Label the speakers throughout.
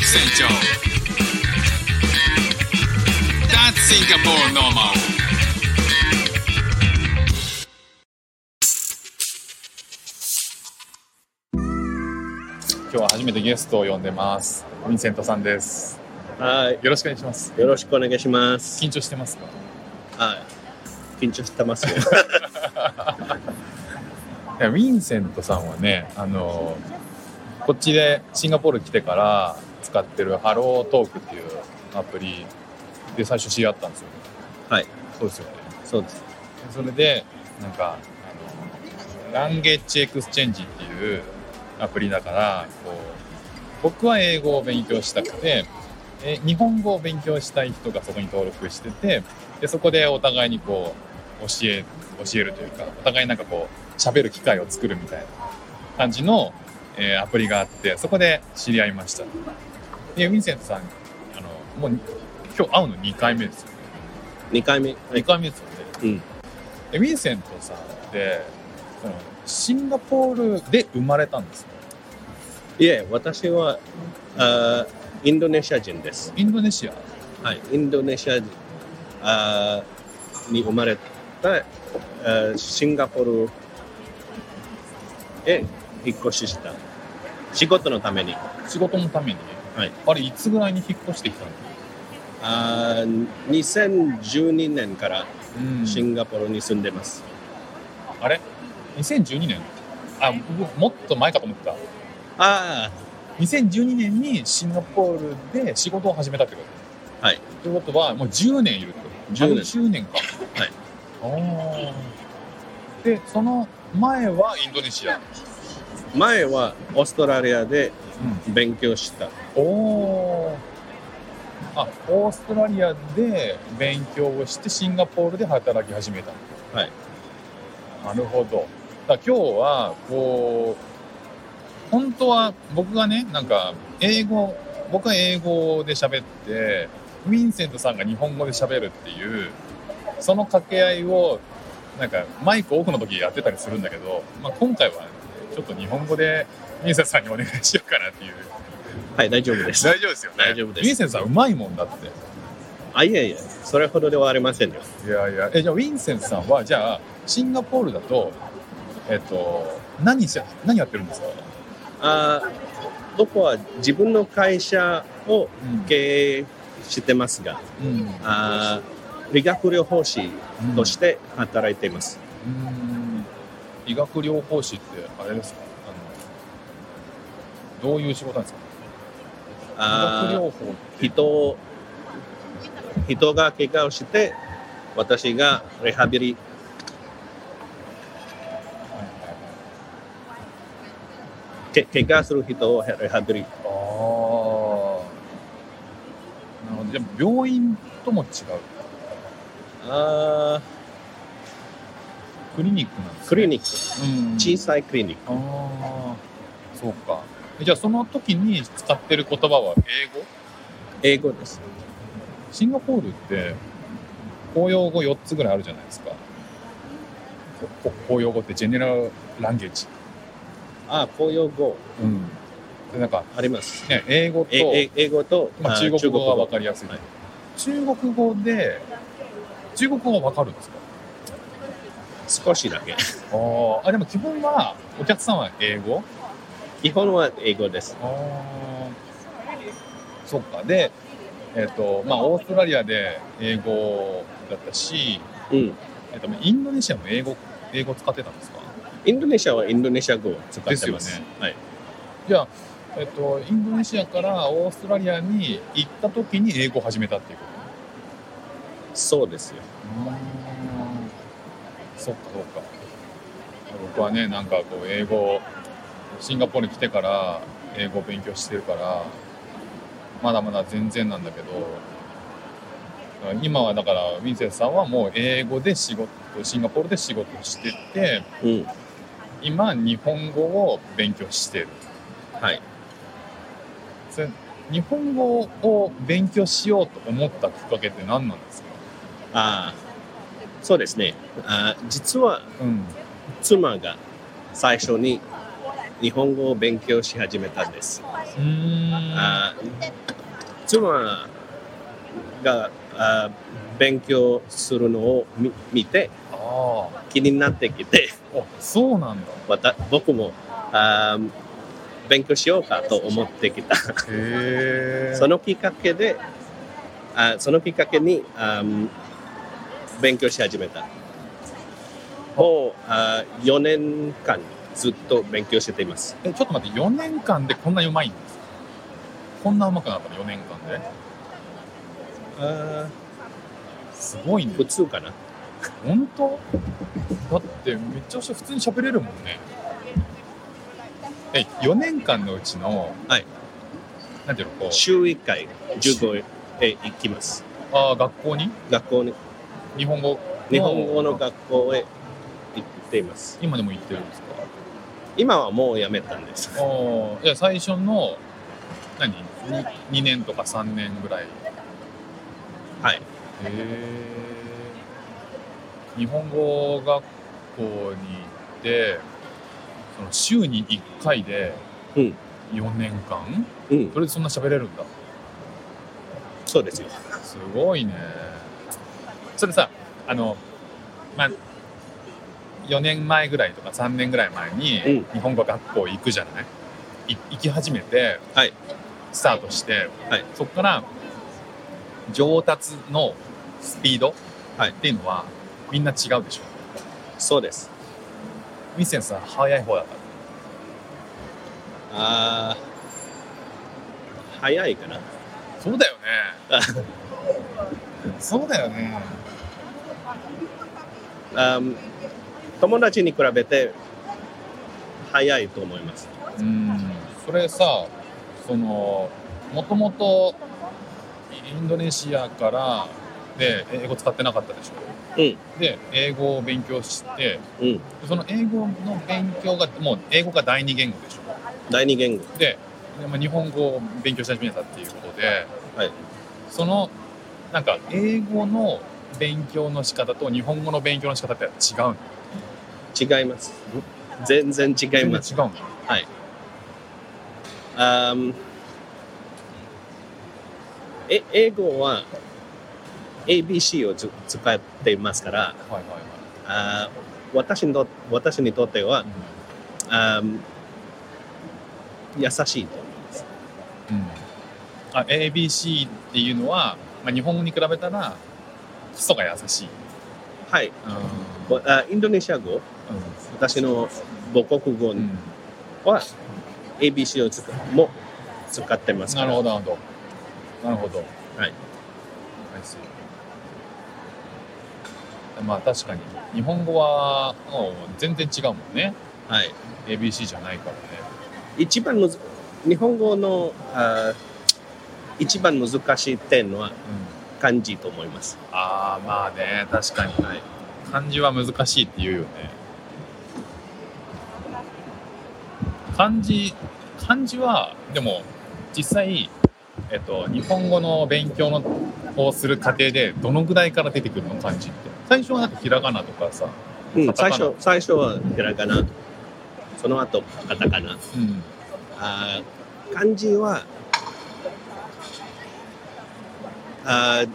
Speaker 1: 船長 That's Singapore normal 今日は初めてゲストを呼んでますヴィンセントさんです
Speaker 2: は
Speaker 1: よろしくお願いします
Speaker 2: い。よろしくお願いします。
Speaker 1: 緊張してますか
Speaker 2: はい。緊張してます よ。
Speaker 1: いやヴィンセントさんはねあのこっちでシンガポール来てから使ってるハロートークっていうアプリで最初知り合ったんですよね
Speaker 2: はい。
Speaker 1: そうですよね
Speaker 2: そうです。
Speaker 1: それでなんかあのランゲッジエクスチェンジっていうアプリだからこう僕は英語を勉強したくてえ日本語を勉強したい人がそこに登録しててでそこでお互いにこう教え教えるというかお互いなんかこう喋る機会を作るみたいな感じの、えーアプリがあってそこで知り合いましたでヴィンセントさんあのもう今日会うの2回目ですよね
Speaker 2: 二回目。は
Speaker 1: 2
Speaker 2: い。
Speaker 1: 回目ですよね
Speaker 2: うん。
Speaker 1: えヴィンセントさんってそのシンガポールで生まれたんですね
Speaker 2: いえ、私は、あーインドネシア人です。
Speaker 1: インドネシア
Speaker 2: はい。インドネシア人あーに生まれた、あーシンガポールへ引っ越しした。仕事のために。
Speaker 1: 仕事のために、
Speaker 2: はい
Speaker 1: あれいつぐらいに引っ越してきたの、
Speaker 2: あー2012年から
Speaker 1: うん
Speaker 2: シンガポールに住んでます。
Speaker 1: あれ2012年あ僕もっと前かと思った
Speaker 2: あ
Speaker 1: 2012年にシンガポールで仕事を始めたってこと
Speaker 2: はい
Speaker 1: ということはもう10年いるってこと
Speaker 2: 10年
Speaker 1: 10年か
Speaker 2: はい
Speaker 1: ああでその前はインドネシア、
Speaker 2: あ、前はオーストラリアで勉強した。
Speaker 1: おーあオーストラリアで勉強をしてシンガポールで働き始めた
Speaker 2: はい
Speaker 1: なるほどだから今日はこう本当は僕がねなんか英語僕は英語で喋ってウィンセントさんが日本語で喋るっていうその掛け合いをなんかマイクオフの時やってたりするんだけど、まあ、今回はちょっと日本語でウィンセントさんにお願いしようかなっていう
Speaker 2: はい、大丈夫で す。
Speaker 1: 大丈夫ですよね。
Speaker 2: 大丈夫です
Speaker 1: ウィンセントさんうまいもんだって。
Speaker 2: あ、いやいや、それほどではありませんよ。
Speaker 1: いやいや。えじゃあウィンセントさんはじゃあシンガポールだとえっと何し何やってるんですか。
Speaker 2: あー僕は自分の会社を
Speaker 1: うん
Speaker 2: 経営してますが、
Speaker 1: うん。
Speaker 2: あー理学療法士
Speaker 1: うん
Speaker 2: として働いています。
Speaker 1: うん医学療法士ってあれですか。あのどういう仕事なんですか。医
Speaker 2: あ
Speaker 1: 学
Speaker 2: ー
Speaker 1: 療法って。
Speaker 2: 人を人が怪我をして、私がリハビリ、
Speaker 1: はいはいはい
Speaker 2: け怪我する人をリハビリ。
Speaker 1: ああ。なるほど。じゃあ病院とも違う。
Speaker 2: あ
Speaker 1: クリニックなんで
Speaker 2: ー
Speaker 1: す、
Speaker 2: クリニ
Speaker 1: ッ
Speaker 2: ック、
Speaker 1: ク。うん。
Speaker 2: 小さいクリニック。
Speaker 1: ああ、そうか。えじゃあその時に使ってる言葉は英語
Speaker 2: 英語です。
Speaker 1: シンガポールって公用語4つぐらいあるじゃないですか。こ公用語ってジェネラルランゲージ。
Speaker 2: あー、公用語
Speaker 1: うん。で、なんか、
Speaker 2: あります。
Speaker 1: ね、英語と、
Speaker 2: ええ英語と、
Speaker 1: まあ、
Speaker 2: あ
Speaker 1: 中
Speaker 2: ー
Speaker 1: 国語が分かりやすい。
Speaker 2: はい
Speaker 1: 中国語で、中国語は分かるんですか
Speaker 2: 少しだけ。
Speaker 1: あーあ、でも基本はお客さんは英語
Speaker 2: 基本は英語です。
Speaker 1: あーそっかでえっ、とまあオーストラリアで英語だったし、
Speaker 2: うん。
Speaker 1: えっとインドネシアも英語英語使ってたんですか
Speaker 2: インドネシアはインドネシア語を使ってます。
Speaker 1: ですよね
Speaker 2: はい。
Speaker 1: じゃあ、えっとインドネシアからオーストラリアに行った時に英語を始めたっていうこ
Speaker 2: そうですよ。
Speaker 1: とそっかそっか僕はねなんかこう英語シンガポールに来てから英語を勉強してるからまだまだ全然なんだけど今はだからウィンセントさんはもう英語で仕事シンガポールで仕事してて
Speaker 2: うん。
Speaker 1: 今日本語を勉強してる
Speaker 2: はい。
Speaker 1: それ日本語を勉強しようと思ったきっかけって何なんですか、
Speaker 2: ああ、そうですね。あー実は
Speaker 1: うん、
Speaker 2: 妻が最初に日本語を勉強し始めたんです。
Speaker 1: うーん
Speaker 2: あ妻があ勉強するのを見見て
Speaker 1: あ
Speaker 2: 気になってきて、
Speaker 1: ーあそうなんだ
Speaker 2: また僕もあ勉強しようかと思ってきた。
Speaker 1: へえ
Speaker 2: そのきっかけで、あそのきっかけにあ勉強し始めた。もうあ4年間ずっと勉強しています。
Speaker 1: えちょっと待って4年間でこんなにうまいんですかこんなうまくなったの4年間ですごいね
Speaker 2: 普通かな
Speaker 1: 本当だってめっちゃ普通に喋れるもんねえ4年間のうちの、
Speaker 2: はい
Speaker 1: なんていうのこう
Speaker 2: 週1回授業へ行きます。
Speaker 1: あー学校に
Speaker 2: 学校に、
Speaker 1: 日本語
Speaker 2: 日本語の学校へ行っています。
Speaker 1: 今でも行ってるんですか
Speaker 2: 今はもうやめたんです。
Speaker 1: ああじゃあ最初の何 2, 2年とか3年ぐらいへ
Speaker 2: はい。
Speaker 1: え日本語学校に行ってその週に1回で
Speaker 2: うん
Speaker 1: 4年間、
Speaker 2: うん、
Speaker 1: それでそんな喋れるんだ
Speaker 2: そうですよ。
Speaker 1: すごいねそれさあのまあ4年前ぐらいとか3年ぐらい前
Speaker 2: う
Speaker 1: に
Speaker 2: ん
Speaker 1: 日本語学校行くじゃないい行き始めて、
Speaker 2: はい
Speaker 1: スタートして、
Speaker 2: はい
Speaker 1: そこから上達のスピード
Speaker 2: はい
Speaker 1: っていうのはみんな違うでしょ
Speaker 2: そうです。
Speaker 1: ミセンさん早い方だか
Speaker 2: あー早いかな。
Speaker 1: らそうだよね そうだよね
Speaker 2: あー友達に比べて早いと思います。
Speaker 1: うんそれさそのもともとインドネシアからで英語使ってなかったでしょ
Speaker 2: うん、
Speaker 1: で英語を勉強して
Speaker 2: うん。
Speaker 1: その英語の勉強がもう英語が第二言語でしょ
Speaker 2: 第二言語。
Speaker 1: ででまあ日本語を勉強し始めたっていうことで、
Speaker 2: はい
Speaker 1: そのなんか英語の勉強の仕方と日本語の勉強の仕方って違うの
Speaker 2: 違います。全然違い
Speaker 1: 全然違う
Speaker 2: ます。
Speaker 1: の
Speaker 2: あーえ英語は ABC をつ使っていますから、
Speaker 1: はいはいはい
Speaker 2: あー私にと私にとってはあー優しいと思います。
Speaker 1: うんあ ABC っていうのは、まあ、日本語に比べたら基礎が優しい、
Speaker 2: はい。
Speaker 1: うん
Speaker 2: わあインドネシア語、私の母国語
Speaker 1: うん
Speaker 2: は ABC を使も使ってますか
Speaker 1: な
Speaker 2: ら。
Speaker 1: るほどなるほどなるほど
Speaker 2: はい
Speaker 1: I see まあ確かに日本語はもう全然違うもんね
Speaker 2: はい。
Speaker 1: ABC じゃないからね
Speaker 2: 一番むず日本語のあー一番難しい点は
Speaker 1: うん
Speaker 2: 漢字と思います。
Speaker 1: ああまあね確かに
Speaker 2: はい。
Speaker 1: 漢字は難しいって言うよね漢字漢字はでも実際、えっと、日本語の勉強のをする過程でどのぐらいから出てくるの漢字って最初はなんかひらがなとかさ、
Speaker 2: うん、
Speaker 1: カタ
Speaker 2: 最
Speaker 1: カナ
Speaker 2: 初最初はひらがな、その後カタカ
Speaker 1: う
Speaker 2: ナ。
Speaker 1: ん、
Speaker 2: あー漢字はあー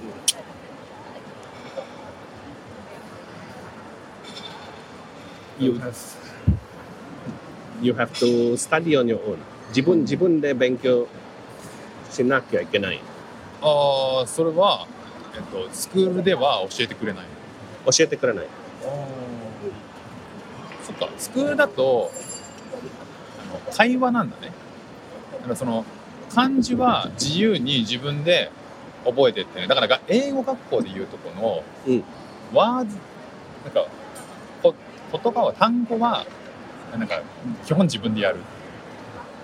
Speaker 2: 言う you have to study on your own 自分自分で勉強しなきゃいけない
Speaker 1: ああそれは、えっと、スクールでは教えてくれない
Speaker 2: 教えてくれない
Speaker 1: そっかスクールだとあの会話なんだねだからその漢字は自由に自分で覚えてってねだからが英語学校でいうとこの、
Speaker 2: うん
Speaker 1: ワーズなんかこ言葉は単語はなんか基本自分でやる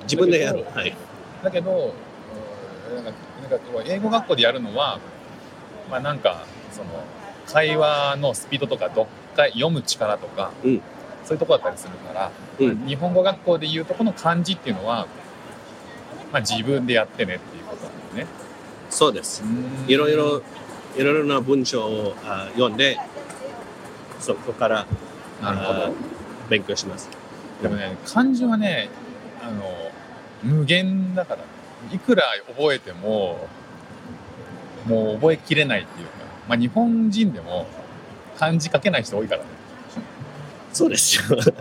Speaker 2: 自分でやるはい
Speaker 1: だけど、うんなんかなんかこう英語学校でやるのは、まあ、なんかその会話のスピードとか読解読む力とか、
Speaker 2: うん
Speaker 1: そういうとこだったりするから、
Speaker 2: うん
Speaker 1: 日本語学校でいうとこの漢字っていうのは、まあ、自分でやってねっていうことなんだよね。
Speaker 2: そうですいろいろいろいろな文章をあー読んでそこから
Speaker 1: なるほ
Speaker 2: あ
Speaker 1: ど
Speaker 2: ー勉強します
Speaker 1: でもね漢字はねあの無限だからねいくら覚えてももう覚えきれないっていうか、まあ、日本人でも漢字書けない人多いからね、
Speaker 2: そうで すよ。
Speaker 1: うん、
Speaker 2: で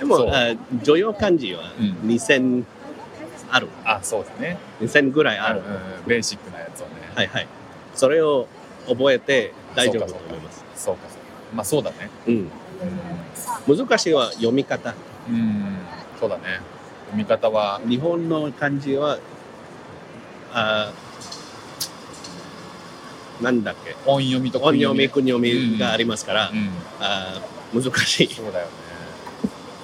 Speaker 1: そう
Speaker 2: も、あ女用漢字は
Speaker 1: うん
Speaker 2: 2000ある。
Speaker 1: あそうだね
Speaker 2: 2000ぐらいあ
Speaker 1: う
Speaker 2: る
Speaker 1: ん。ベーシックなやつをね、
Speaker 2: はいはい。それを覚えて大丈夫だと
Speaker 1: そうかそうか
Speaker 2: 思います。
Speaker 1: そうかそうかまあそうだね
Speaker 2: うん。難しいは読み方。
Speaker 1: うん、うん、そうだね読み方は
Speaker 2: 日本の漢字は、あなんだっけ
Speaker 1: 音読みと
Speaker 2: 音
Speaker 1: 訓
Speaker 2: 読み、
Speaker 1: ね
Speaker 2: 訓読みがありますから、
Speaker 1: うん
Speaker 2: あ難しい。
Speaker 1: そうだよね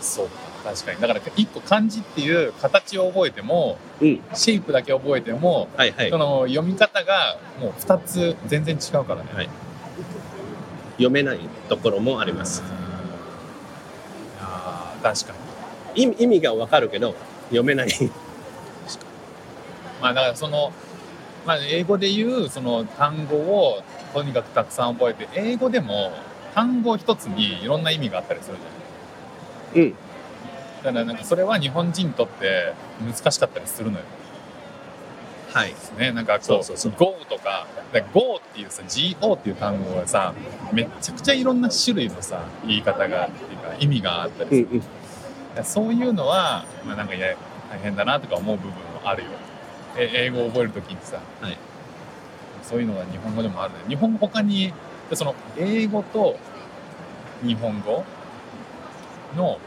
Speaker 1: そうか確かにだから一個漢字っていう形を覚えても
Speaker 2: うん。
Speaker 1: シェイプだけ覚えても
Speaker 2: はいはい
Speaker 1: そ。の読み方がもう2つ全然違うからね
Speaker 2: はい読めないところもあります。
Speaker 1: あー確かに
Speaker 2: 意味意味がわかるけど、読めない。
Speaker 1: まあだからその、まあ、英語で言うその単語をとにかくたくさん覚えて英語でも単語一つにいろんな意味があったりするじゃない
Speaker 2: うん。
Speaker 1: だからなんかそれは日本人にとって難しかったりするのよ
Speaker 2: はい。
Speaker 1: ねなんかこう
Speaker 2: そうそうそう
Speaker 1: GO とかだから GO っていうさ GO っていう単語がさめっちゃくちゃいろんな種類のさ言い方がっていうか意味があったりす
Speaker 2: うん
Speaker 1: る、
Speaker 2: うん。
Speaker 1: だからそういうのは、まあ、なんかいや大変だなとか思う部分もあるよえ英語を覚えるときにさ、
Speaker 2: はい
Speaker 1: そういうのが日本語でもあるね日本語他にその英語と日本語の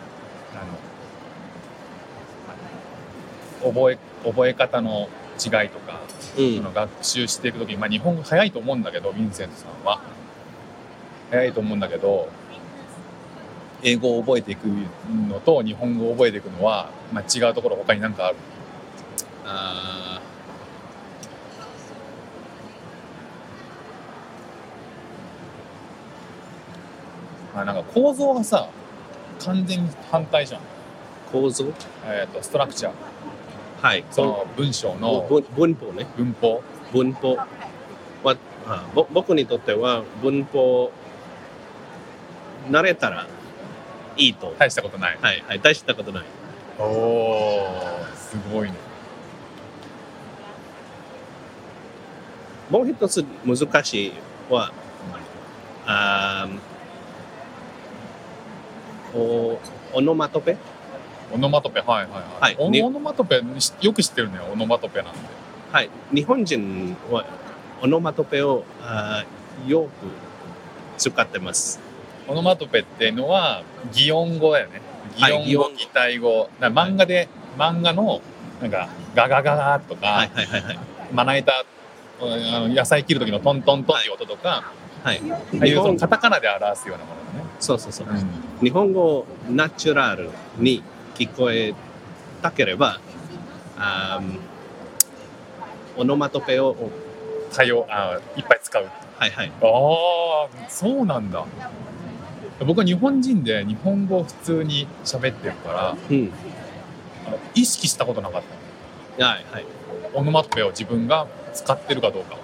Speaker 1: あの覚え覚え方の違いとか、
Speaker 2: うん
Speaker 1: その学習していくときに、まあ、日本語早いと思うんだけどヴィンセントさんは早いと思うんだけど英語を覚えていくのと日本語を覚えていくのは、まあ、違うところ他に何かある
Speaker 2: あ
Speaker 1: まあ、なんか構造がさ完全に反対じゃん、
Speaker 2: ー構造
Speaker 1: えー、とストラクチャー
Speaker 2: はい。
Speaker 1: その文章の
Speaker 2: 文文法ね。
Speaker 1: 文法
Speaker 2: 文法はあぼ僕にとっては文法慣れたらいいと。
Speaker 1: 大したことない
Speaker 2: はいはい。大したことない。
Speaker 1: おおすごいね
Speaker 2: もう一つ難しいは、あーおオノマトペ
Speaker 1: オノマトペはいはいはい、
Speaker 2: はいね
Speaker 1: オノマトペしよく知ってるねオノマトペなんて
Speaker 2: はい。日本人はオノマトペをあーよく使ってます。
Speaker 1: オノマトペっていうのは擬音語だよね
Speaker 2: はい
Speaker 1: 擬
Speaker 2: 擬
Speaker 1: 音
Speaker 2: 音
Speaker 1: 語
Speaker 2: 語
Speaker 1: 擬態語な漫画で、漫画のなんかガガガガとか、
Speaker 2: はいはいはいはい。
Speaker 1: まな板うんあの野菜切る時のトントントンっていう音とか、
Speaker 2: はい、
Speaker 1: ああい
Speaker 2: 日
Speaker 1: うその
Speaker 2: 本
Speaker 1: カタカナで表すようなものだね
Speaker 2: そうそうそう。日本語ナチュラルに聞こえたければ、あーオノマトペを、
Speaker 1: 多様あいっぱい使う
Speaker 2: はいはい。
Speaker 1: ああそうなんだ僕は日本人で日本語を普通に喋ってるから
Speaker 2: うん。
Speaker 1: あの意識したことなかった
Speaker 2: はいはい。
Speaker 1: オノマトペを自分が使ってるかどうかは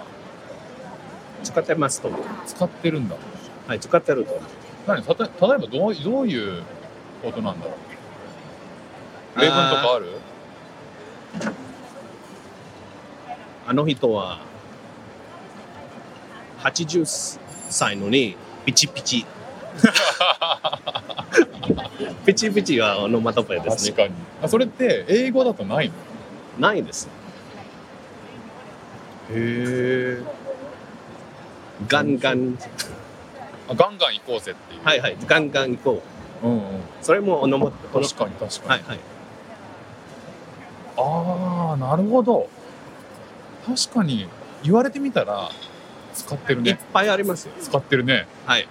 Speaker 2: 使ってますと。
Speaker 1: 使ってるんだ
Speaker 2: はい、使ってると。
Speaker 1: 何たと例えばどうどういうことなんだろう例文とかある
Speaker 2: あの人は、80歳のに、ピチ ピチ。ピチピチはオノマトペです
Speaker 1: 確
Speaker 2: ね。
Speaker 1: かにあそれって英語だとないの
Speaker 2: ないです。
Speaker 1: へえ
Speaker 2: ガンガン、
Speaker 1: ガンガン行こうぜっていう、
Speaker 2: はいはい、ガンガン行こう。
Speaker 1: うんうん、
Speaker 2: それもオノマトペ
Speaker 1: 確。かに確かに、
Speaker 2: はいはい。
Speaker 1: ああなるほど確かに言われてみたら使ってる
Speaker 2: いっ
Speaker 1: ね
Speaker 2: ぱいありますよ。
Speaker 1: 使ってるね
Speaker 2: はい。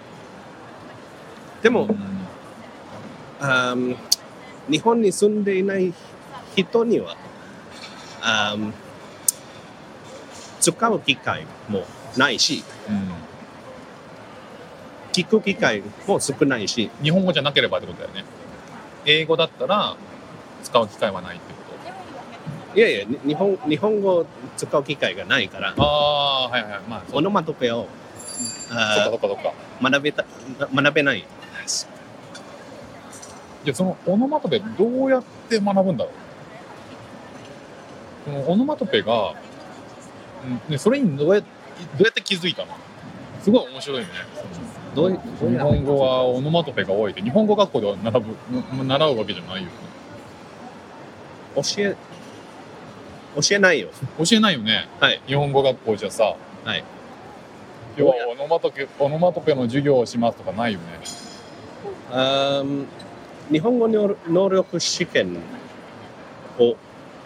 Speaker 2: でも
Speaker 1: うん、
Speaker 2: あー日本に住んでいない人には、あー使う機会もないし、
Speaker 1: うん
Speaker 2: 聞く機会も少ないし、
Speaker 1: 日本語じゃなければってことだよね英語だったら使う機会はないってこ
Speaker 2: いやいや、に日本日本語を使う機会がないから、
Speaker 1: とああはいはいまあそ
Speaker 2: オ
Speaker 1: う
Speaker 2: ノマトペを
Speaker 1: そっか
Speaker 2: あ
Speaker 1: そっかそっか
Speaker 2: ー学べた学べない。
Speaker 1: じゃあそのオノマトペどうやって学ぶんだろうこのオノマトペが、うんね、それにどうやどうやって気づいたのすごい面白いよね。
Speaker 2: どういどう
Speaker 1: 日
Speaker 2: や
Speaker 1: 本語はオノマトペが多いで、日本語学校では習う習うわけじゃないよ。
Speaker 2: 教え教えないよ。
Speaker 1: 教えないよね。
Speaker 2: はい
Speaker 1: 日本語学校じゃさ。
Speaker 2: はい
Speaker 1: 要はオノマトペオノマトペの授業をしますとかないよね。
Speaker 2: あー日本語能能力試験を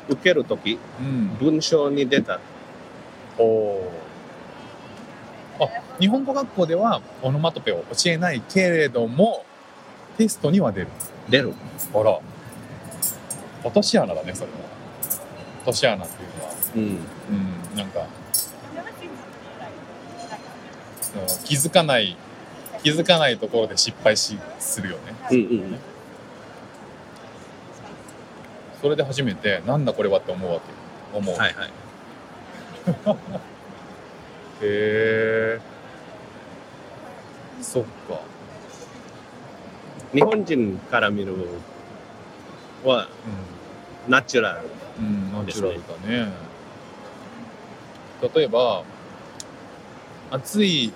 Speaker 2: 受けるとき、
Speaker 1: うん。
Speaker 2: 文章に出た。
Speaker 1: おお。あ、日本語学校ではオノマトペを教えないけれども、テストには出る。
Speaker 2: 出る。
Speaker 1: あら。落とし穴だね、それは。落とし穴っていうのは、
Speaker 2: うん。
Speaker 1: うん、なんか、その気づかない、気づかないところで失敗し、するよね。
Speaker 2: うんうん。
Speaker 1: それで初めて、なんだこれはって思うわけ。思う。
Speaker 2: はいはい。
Speaker 1: へえ。そっか。
Speaker 2: 日本人から見るはナチュラル。
Speaker 1: うん、うん、ナチュラルだね。例えば、暑い、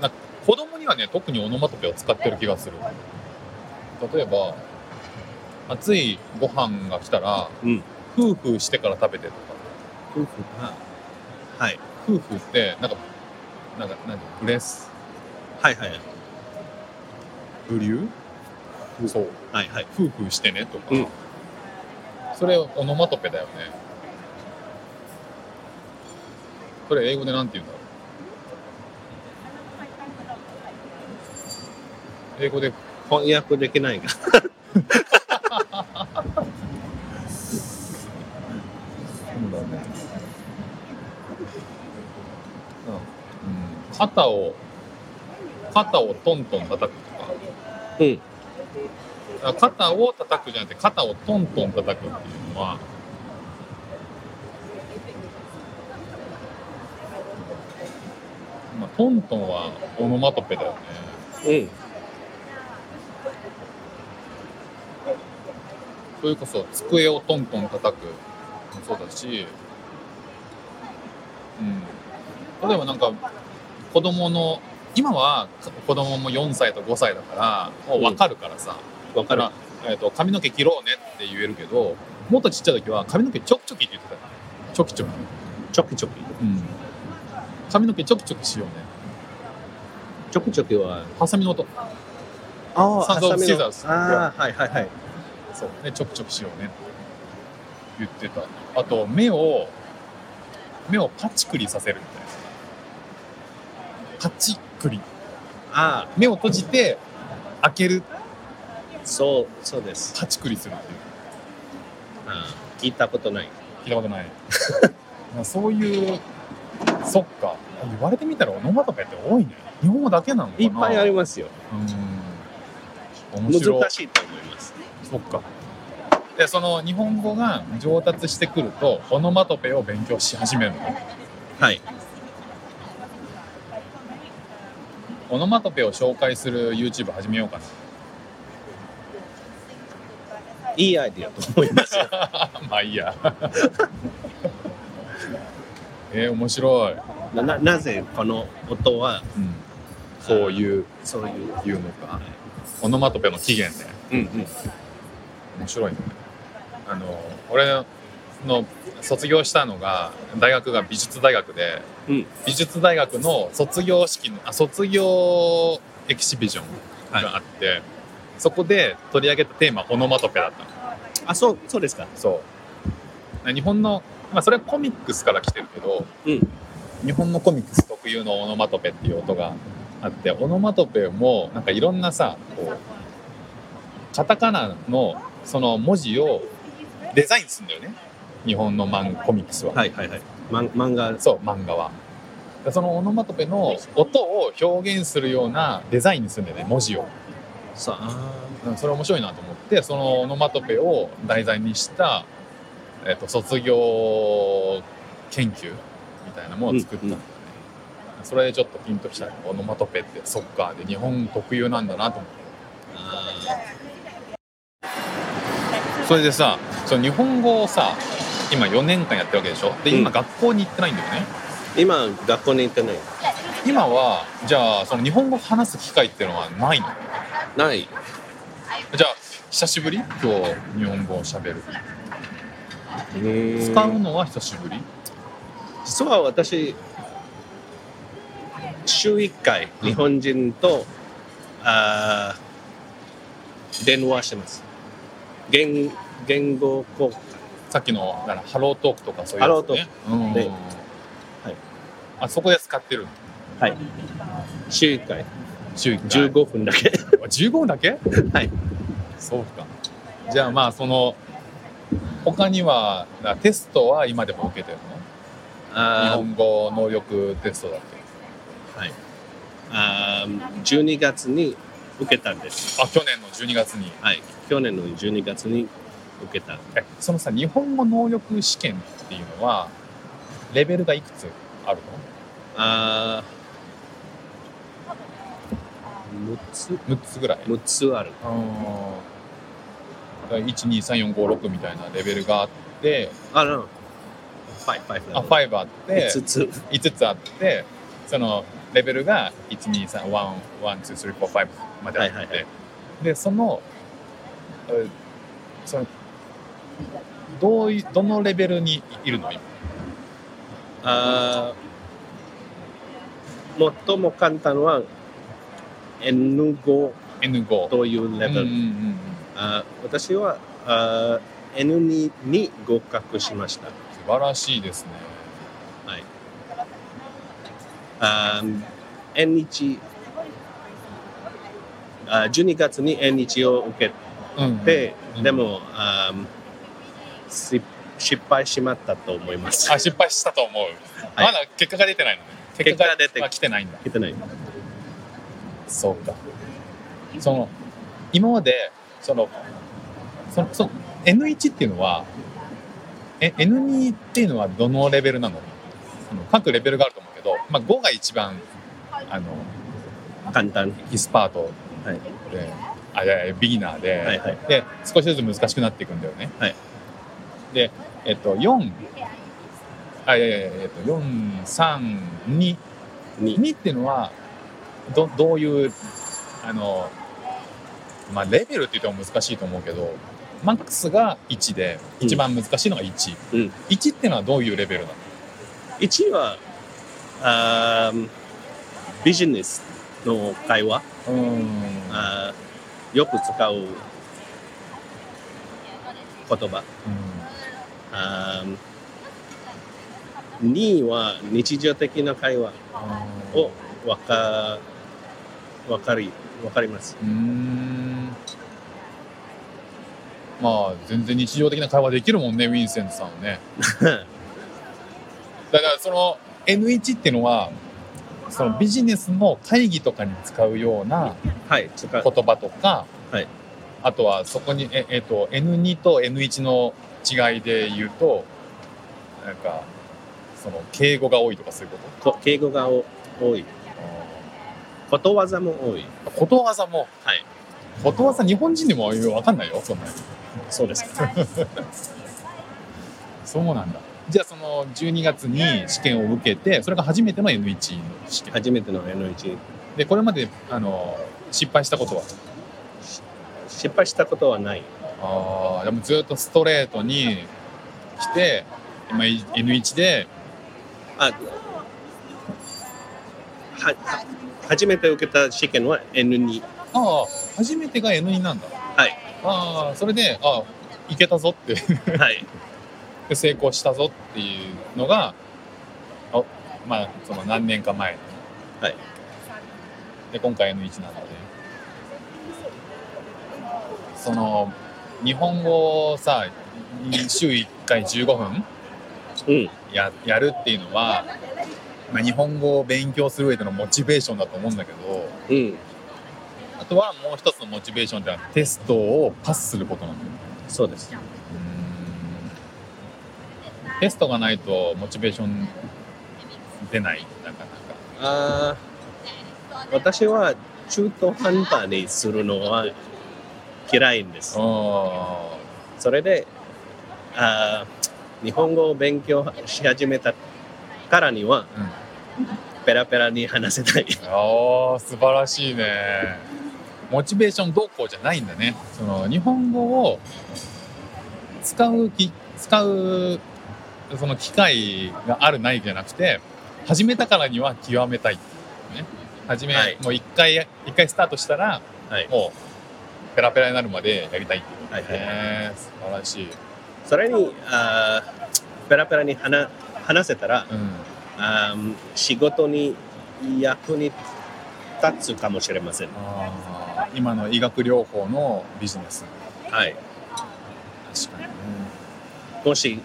Speaker 1: な子供にはね、特にオノマトペを使ってる気がする。例えば、暑いご飯が来たら、
Speaker 2: うん
Speaker 1: フーフーしてから食べてとか。
Speaker 2: 夫婦が。はい。
Speaker 1: フーフーって、なんか、なんか、なんていうのブレス、
Speaker 2: はいはい。
Speaker 1: ブリューそう。
Speaker 2: はいはい。
Speaker 1: フーフーしてねとか、
Speaker 2: うん
Speaker 1: それオノマトペだよねそれ英語でなんて言うんだろう英語で
Speaker 2: 翻訳できないが。
Speaker 1: そうだねうん肩を肩をトントン叩くとか
Speaker 2: うん。
Speaker 1: あ肩を叩くじゃなくて肩をトントン叩くっていうのはまあ、トントンはオノマトペだよね
Speaker 2: うん。
Speaker 1: それこそ机をトントン叩くもそうだし、うん、例えばなんか子供の今は子供も4歳と5歳だからもう分かるからさ、
Speaker 2: わ
Speaker 1: だか
Speaker 2: からる。、
Speaker 1: えー、と髪の毛切ろうねって言えるけどもっとちっちゃい時は髪の毛ちょきちょきって言ってたよちょきちょき、
Speaker 2: ちょきちょき。
Speaker 1: うん、髪の毛ちょきちょきしようね
Speaker 2: ちょきちょきは。
Speaker 1: ハサミの音
Speaker 2: あ
Speaker 1: サンズオブシザーズ
Speaker 2: ああ、はいはいはい。
Speaker 1: そうねちょきちょきしようねって言ってたあと目を目をパチクリさせるみたいなパチクリ
Speaker 2: あ
Speaker 1: 目を閉じて開ける
Speaker 2: あ、そう、そうです。
Speaker 1: パチクリするっていう
Speaker 2: あー聞いたことない。
Speaker 1: 聞いたこと ないまあそういうそっか言われてみたらオノマトペって多いね日本語だけなのかない
Speaker 2: いっぱいあり
Speaker 1: ま
Speaker 2: ますよ。
Speaker 1: うん面
Speaker 2: 難
Speaker 1: 白い
Speaker 2: しいと思います。
Speaker 1: そっかでその日本語が上達してくるとオノマトペを勉強し始めるの
Speaker 2: はい。
Speaker 1: オノマトペを紹介する YouTube 始めようか
Speaker 2: いいアイディアと思いますよ。
Speaker 1: な まあいいや えー、面白い、
Speaker 2: なななぜこの音は
Speaker 1: うん、そういう
Speaker 2: そういう。
Speaker 1: いうのかオノマトペの起源ね
Speaker 2: うんうん。
Speaker 1: 面白いねあの俺の卒業したのが大学が美術大学で、
Speaker 2: うん
Speaker 1: 美術大学の卒業式のあ卒業エキシビジョンがあって、そこで取り上げたテーマオノマトペだったの
Speaker 2: あ、そう、そうですか。
Speaker 1: そう日本の、まあ、それはコミックスから来てるけど
Speaker 2: うん。
Speaker 1: 日本のコミックス特有のオノマトペっていう音があってオノマトペもなんかいろんなさこうカタカナのその文字をデザインするんだよね日本の漫コミックスは、
Speaker 2: はいはいはい。ま、漫画。
Speaker 1: そう漫画はでそのオノマトペの音を表現するようなデザインにするんだよね文字を
Speaker 2: そう。あ
Speaker 1: うんそれ面白いなと思ってそのオノマトペを題材にした、えっと卒業研究みたいなものを作った、
Speaker 2: うんうん
Speaker 1: それでちょっとピンときたオノマトペってそっかで日本特有なんだなと思って
Speaker 2: ーあ
Speaker 1: それでさその日本語をさ今4年間やってるわけでしょで
Speaker 2: うん
Speaker 1: 今学校に行ってないんだよね、
Speaker 2: 今、学校に行ってない。
Speaker 1: 今はじゃあその日本語話す機会っていうのはないの
Speaker 2: ない。
Speaker 1: じゃあ久しぶり今日日本語をしゃべる使
Speaker 2: 使
Speaker 1: うのは久しぶり
Speaker 2: 実は私、週1回、日本人と、あー電話してます。言言語交換。
Speaker 1: さっきのだからハロートークとかそういうやつ、ね、
Speaker 2: ハロートー
Speaker 1: ク、うん
Speaker 2: ではい
Speaker 1: あそこで使ってるの
Speaker 2: はい。週1回、
Speaker 1: 週1回
Speaker 2: 15分だけ。
Speaker 1: 15分だけ
Speaker 2: はい
Speaker 1: そうかじゃあまあその他にはなテストは今でも受けてるの日
Speaker 2: あー
Speaker 1: 本語能力テストだっけ
Speaker 2: あー12月に受けたんです。
Speaker 1: あ去年の12月に
Speaker 2: はい。去年の12月に受けた。
Speaker 1: えそのさ日本語能力試験っていうのはレベルがいくつある
Speaker 2: あー6つ
Speaker 1: の ?6 つぐらい
Speaker 2: ?6 つある。
Speaker 1: 123456みたいなレベルがあって
Speaker 2: あら、5、5
Speaker 1: あ5あって
Speaker 2: 5つ。
Speaker 1: 5つあってそのレベルが123112345まであって、
Speaker 2: はいはいは
Speaker 1: でそのえそのどういどのレベルにいるの今
Speaker 2: あー最も簡単は N5
Speaker 1: N5
Speaker 2: というレベル。
Speaker 1: うんうんうん
Speaker 2: あー私はあー N2 に合格しました。
Speaker 1: 素晴らしいですね
Speaker 2: あー N1 あー12月に N1 を受け
Speaker 1: うんうん
Speaker 2: て、
Speaker 1: うん
Speaker 2: でもあー失失敗しまったと思います。
Speaker 1: あ失敗したと思う、まだ結果が出てないのね
Speaker 2: 結果が出て
Speaker 1: は来てないんだ
Speaker 2: 聞いてない。
Speaker 1: そうかその今までそのそのその N1 っていうのはえ N2 っていうのはどのレベルなのその各レベルがあると思うけど、まあ、5が一番あの
Speaker 2: 簡単。
Speaker 1: エキスパート
Speaker 2: はい。
Speaker 1: であいやいやビギナーで,、
Speaker 2: はいはい
Speaker 1: で少しずつ難しくなっていくんだよね、
Speaker 2: はい
Speaker 1: で、えっと、4あいやいやいや、えっと、432
Speaker 2: 2。
Speaker 1: 2っていうのはどどういうあの、まあ、レベルって言っても難しいと思うけどマックスが1で
Speaker 2: うん
Speaker 1: 一番難しいのが1、
Speaker 2: うん
Speaker 1: 1っていうのはどういうレベルなの
Speaker 2: 1はあービジネスの会話
Speaker 1: うん
Speaker 2: あーよく使う言葉あ2は日常的な会話をわかわかりわかります
Speaker 1: うんまあ全然日常的な会話できるもんねウィンセントさんはねだからその N1 っていうのはそのビジネスの会議とかに使うような
Speaker 2: はい使う
Speaker 1: 言葉とか、
Speaker 2: はい
Speaker 1: あとはそこに、ええっと N2 と N1 の違いで言うとなんかその敬語が多いとかそういうこ
Speaker 2: こ敬語がお多いことわざも多い
Speaker 1: とことわざも、
Speaker 2: はい
Speaker 1: ことわざ日本人でも分かんないよそんな
Speaker 2: そうです
Speaker 1: そうなんだじゃあその12月に試験を受けてそれが初めての N1 の試験
Speaker 2: 初めての N1
Speaker 1: でこれまであの失敗したことは
Speaker 2: 失敗したことはない
Speaker 1: ああでもずっとストレートに来て今 N1 で
Speaker 2: あはは初めて受けた試験は N2
Speaker 1: ああ初めてが N2 なんだ
Speaker 2: はい
Speaker 1: ああそれでああいけたぞって
Speaker 2: はい
Speaker 1: で成功したぞっていうのがあまあその何年か前
Speaker 2: はい
Speaker 1: で今回 N1 なのでその日本語をさ週1回15分
Speaker 2: うん
Speaker 1: ややるっていうのは、まあ、日本語を勉強する上でのモチベーションだと思うんだけど
Speaker 2: うん
Speaker 1: あとはもう一つのモチベーションってのはテストをパスすることなんだよね
Speaker 2: そうです
Speaker 1: うんテストがないとモチベーション出ないなかなか
Speaker 2: あー私は中途半端にするのは嫌いんです
Speaker 1: あ
Speaker 2: それであー日本語を勉強し始めたからには、
Speaker 1: うん
Speaker 2: ペラペラに話せたい。
Speaker 1: ああ素晴らしいねモチベーションどうこうじゃないんだねその日本語を使うき使うその機会があるないじゃなくて始めたからには極めたいっていうね始め、
Speaker 2: はい
Speaker 1: もう一回一回スタートしたら、
Speaker 2: はい
Speaker 1: もうペラペラになるまでやりたいっていう
Speaker 2: はいはい
Speaker 1: ね素晴らしい、
Speaker 2: それにあーペラペラに話話せたら
Speaker 1: うん、
Speaker 2: あー仕事に役に立つかもしれません。
Speaker 1: あー今の医学療法のビジネス
Speaker 2: はい、
Speaker 1: 確かにね
Speaker 2: もし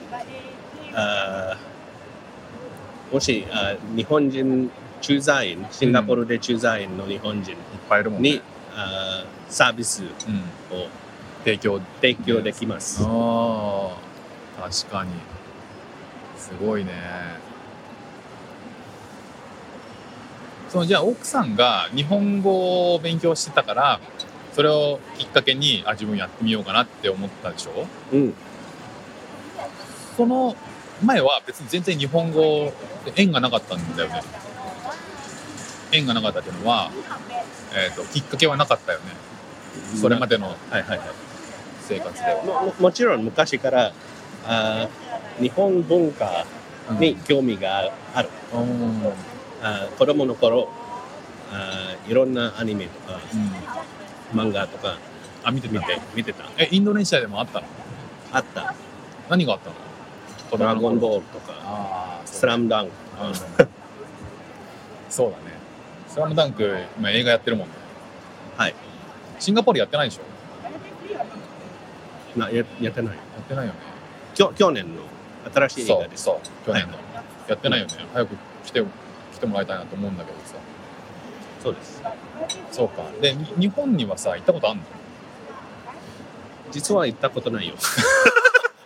Speaker 2: あーもしあー日本人駐在員シンガポールで駐在員の日本人
Speaker 1: いっぱいいるもんね
Speaker 2: に、あーサービスを
Speaker 1: うん、提供
Speaker 2: 提供できます。
Speaker 1: ああ確かにすごいねそのじゃあ奥さんが日本語を勉強してたからそれをきっかけにあ自分やってみようかなって思ったでしょ
Speaker 2: うん、
Speaker 1: その前は別に全然日本語で縁がなかったんだよね縁がなかったっていうのは、えー、ときっかけはなかったよねそれまでの
Speaker 2: はいはいはい
Speaker 1: 生活では、
Speaker 2: もももちろん昔からあー日本文化
Speaker 1: うん
Speaker 2: に興味がある。
Speaker 1: うんうん
Speaker 2: あー子供の頃あーいろんなアニメとか漫画とか
Speaker 1: あ見て
Speaker 2: 見
Speaker 1: みて
Speaker 2: て見てた
Speaker 1: えインドネシアでもあったの
Speaker 2: あった
Speaker 1: 何があったの
Speaker 2: 「ドラゴン
Speaker 1: ール
Speaker 2: ボール」とか
Speaker 1: ああ
Speaker 2: 「スラムダンク」
Speaker 1: うんそうだねスラムダンク今映画やってるもんね
Speaker 2: はい
Speaker 1: シンガポールやってないでしょ
Speaker 2: なややってな
Speaker 1: や
Speaker 2: い
Speaker 1: ってないよね
Speaker 2: きょ去年の新しい映
Speaker 1: そ
Speaker 2: 画
Speaker 1: う
Speaker 2: です
Speaker 1: そう去年の、やってないよね早く来て来てもらいたいなと思うんだけどさ
Speaker 2: そうです
Speaker 1: そうかでに日本にはさ行ったことあんの
Speaker 2: 実は行ったことないよ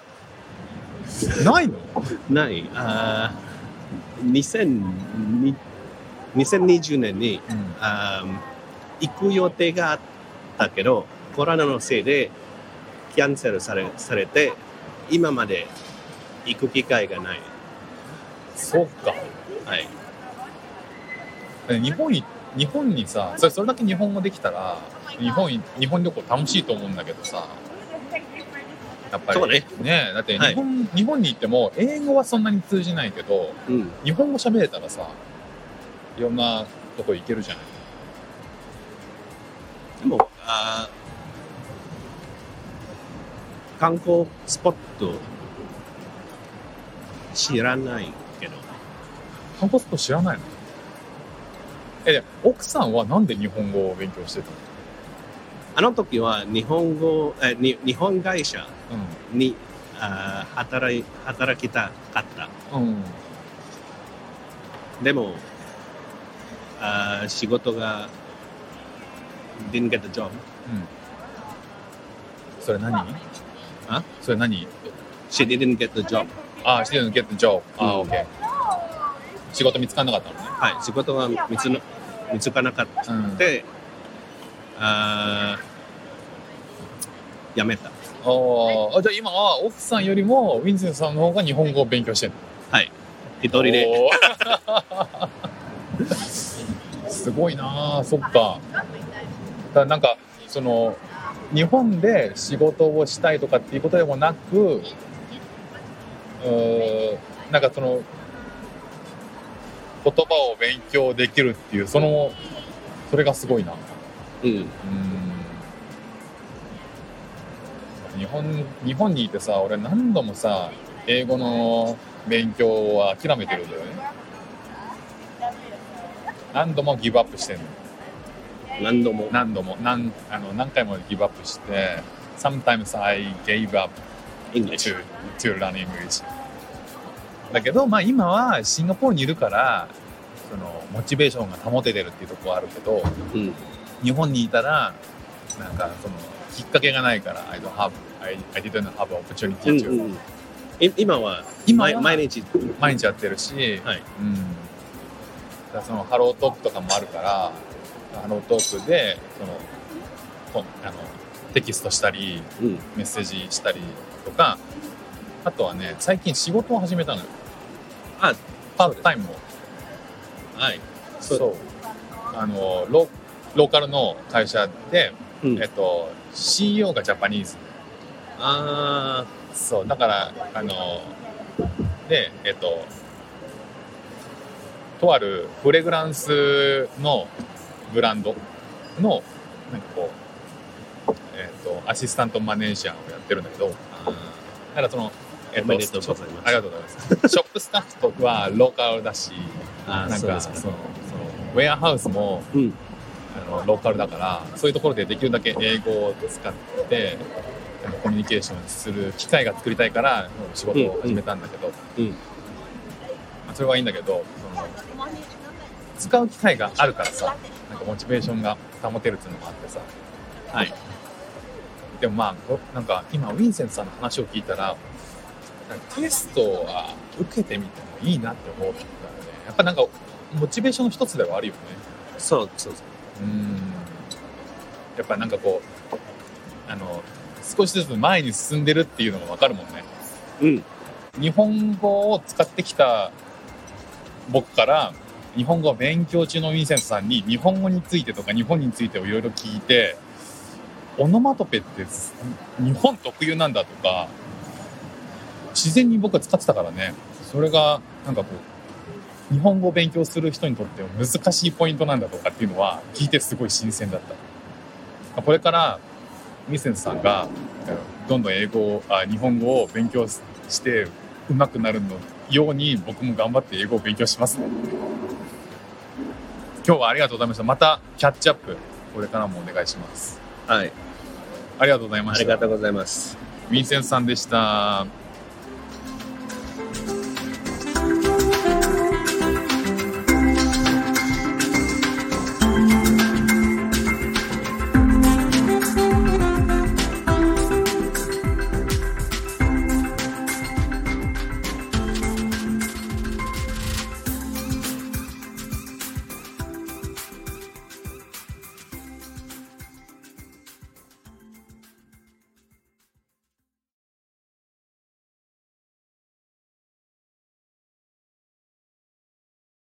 Speaker 1: ないの
Speaker 2: ないあー2002 2020年に
Speaker 1: うん
Speaker 2: あー行く予定があったけどコロナのせいでキャンセルされされて今まで行く機会がない、
Speaker 1: そうか
Speaker 2: はい、
Speaker 1: で日本い日本にさそれそれだけ日本語できたら日本い日本旅行楽しいと思うんだけどさやっぱり
Speaker 2: そうね
Speaker 1: だって
Speaker 2: はい
Speaker 1: 日本,、日本に行っても英語はそんなに通じないけど
Speaker 2: うん、
Speaker 1: 日本語喋れたらさいろんなとこ行けるじゃない
Speaker 2: でもあー観光スポット知らないけど
Speaker 1: 観光スポット知らないのえで奥さんはなんで日本語を勉強してたの
Speaker 2: あの時は日本語えに日本会社
Speaker 1: う
Speaker 2: にあー働い働きたかった
Speaker 1: んうん
Speaker 2: でも、あー仕事が、didn't get the job。
Speaker 1: それ何
Speaker 2: あ
Speaker 1: それ何
Speaker 2: She didn't get the job。
Speaker 1: ああ she didn't get the job あ
Speaker 2: う
Speaker 1: ー
Speaker 2: ん
Speaker 1: OK 仕事見つかんなかったのね
Speaker 2: はい、仕事が見つの見つかなかった
Speaker 1: うん
Speaker 2: で、あー辞めた。
Speaker 1: あーあじゃあ今は奥さんよりもウィンズさんの方が日本語を勉強してる
Speaker 2: はい、一人で。
Speaker 1: おー すごいなあそっかだからなんかその日本で仕事をしたいとかっていうことでもなくうーんなんかその言葉を勉強できるっていうそのそれがすごいな
Speaker 2: うん、
Speaker 1: うん日本日本にいてさ俺何度もさ英語の勉強は諦めてるんだよね何度もギブアップしてんの
Speaker 2: 何度も。
Speaker 1: 何度も何あの何回もギブアップして Sometimes I gave up
Speaker 2: English。
Speaker 1: to, to learn English だけどまあ今はシンガポールにいるからそのモチベーションが保ててるっていうところはあるけど
Speaker 2: うん、
Speaker 1: 日本にいたらなんかそのきっかけがないから I don't have I, I didn't have opportunity
Speaker 2: うん、
Speaker 1: to、
Speaker 2: うん。い今は
Speaker 1: 今は
Speaker 2: 毎毎日、
Speaker 1: 毎日やってるし、
Speaker 2: はい
Speaker 1: うん、だからそのハロートークとかもあるからハロートークでそのこあのテキストしたり
Speaker 2: うん、
Speaker 1: メッセージしたりとかあとはね、最近仕事を始めたのよ。
Speaker 2: あ、
Speaker 1: パートタイムを。
Speaker 2: はい。
Speaker 1: そう
Speaker 2: う
Speaker 1: あのロ、ローカルの会社で、
Speaker 2: うん
Speaker 1: えっと、CEO がジャパニーズ。
Speaker 2: あ
Speaker 1: そう、だから、あの、で、えっと、とあるフレグランスのブランドの、なんかこう、えっと、アシスタントマネージャーをやってるんだけど、だ
Speaker 2: ーあ
Speaker 1: からその、えっ
Speaker 2: おめでとうございます
Speaker 1: ありがとうございます。ショップスタッフとかはローカルだし、
Speaker 2: ーあー、
Speaker 1: なん
Speaker 2: そうで
Speaker 1: か
Speaker 2: す
Speaker 1: そ
Speaker 2: か
Speaker 1: の。そのウェアハウスも
Speaker 2: うん。
Speaker 1: あのローカルだからそういうところでできるだけ英語を使ってあのコミュニケーションする機会が作りたいから仕事を始めたんだけど、
Speaker 2: うん。
Speaker 1: まあそれはいいんだけどその使う機会があるからさなんかモチベーションが保てるっていうのもあってさ
Speaker 2: はい。
Speaker 1: でもまあこなんか今ウィンセントさんの話を聞いたらなんかテストは受けてみてもいいなって思ったんだよねやっぱなんかモチベーションの一つではあるよね
Speaker 2: そうそうそう。
Speaker 1: うんやっぱなんかこうあの少しずつ前に進んでるっていうのが分かるもんね
Speaker 2: うん。
Speaker 1: 日本語を使ってきた僕から日本語を勉強中のウィンセントさんに日本語についてとか日本についてをいろいろ聞いてオノマトペって日本特有なんだとか自然に僕は使ってたからねそれがなんかこう日本語を勉強する人にとっては難しいポイントなんだとかっていうのは聞いてすごい新鮮だったこれからウィンセントさんがどんどん英語をあ日本語を勉強して上手くなるのように僕も頑張って英語を勉強しますね今日はありがとうございましたまたキャッチアップこれからもお願いします
Speaker 2: はい。
Speaker 1: ありがとうございま
Speaker 2: あ
Speaker 1: し
Speaker 2: り
Speaker 1: た
Speaker 2: がとうございます。
Speaker 1: ウィンセントさんでした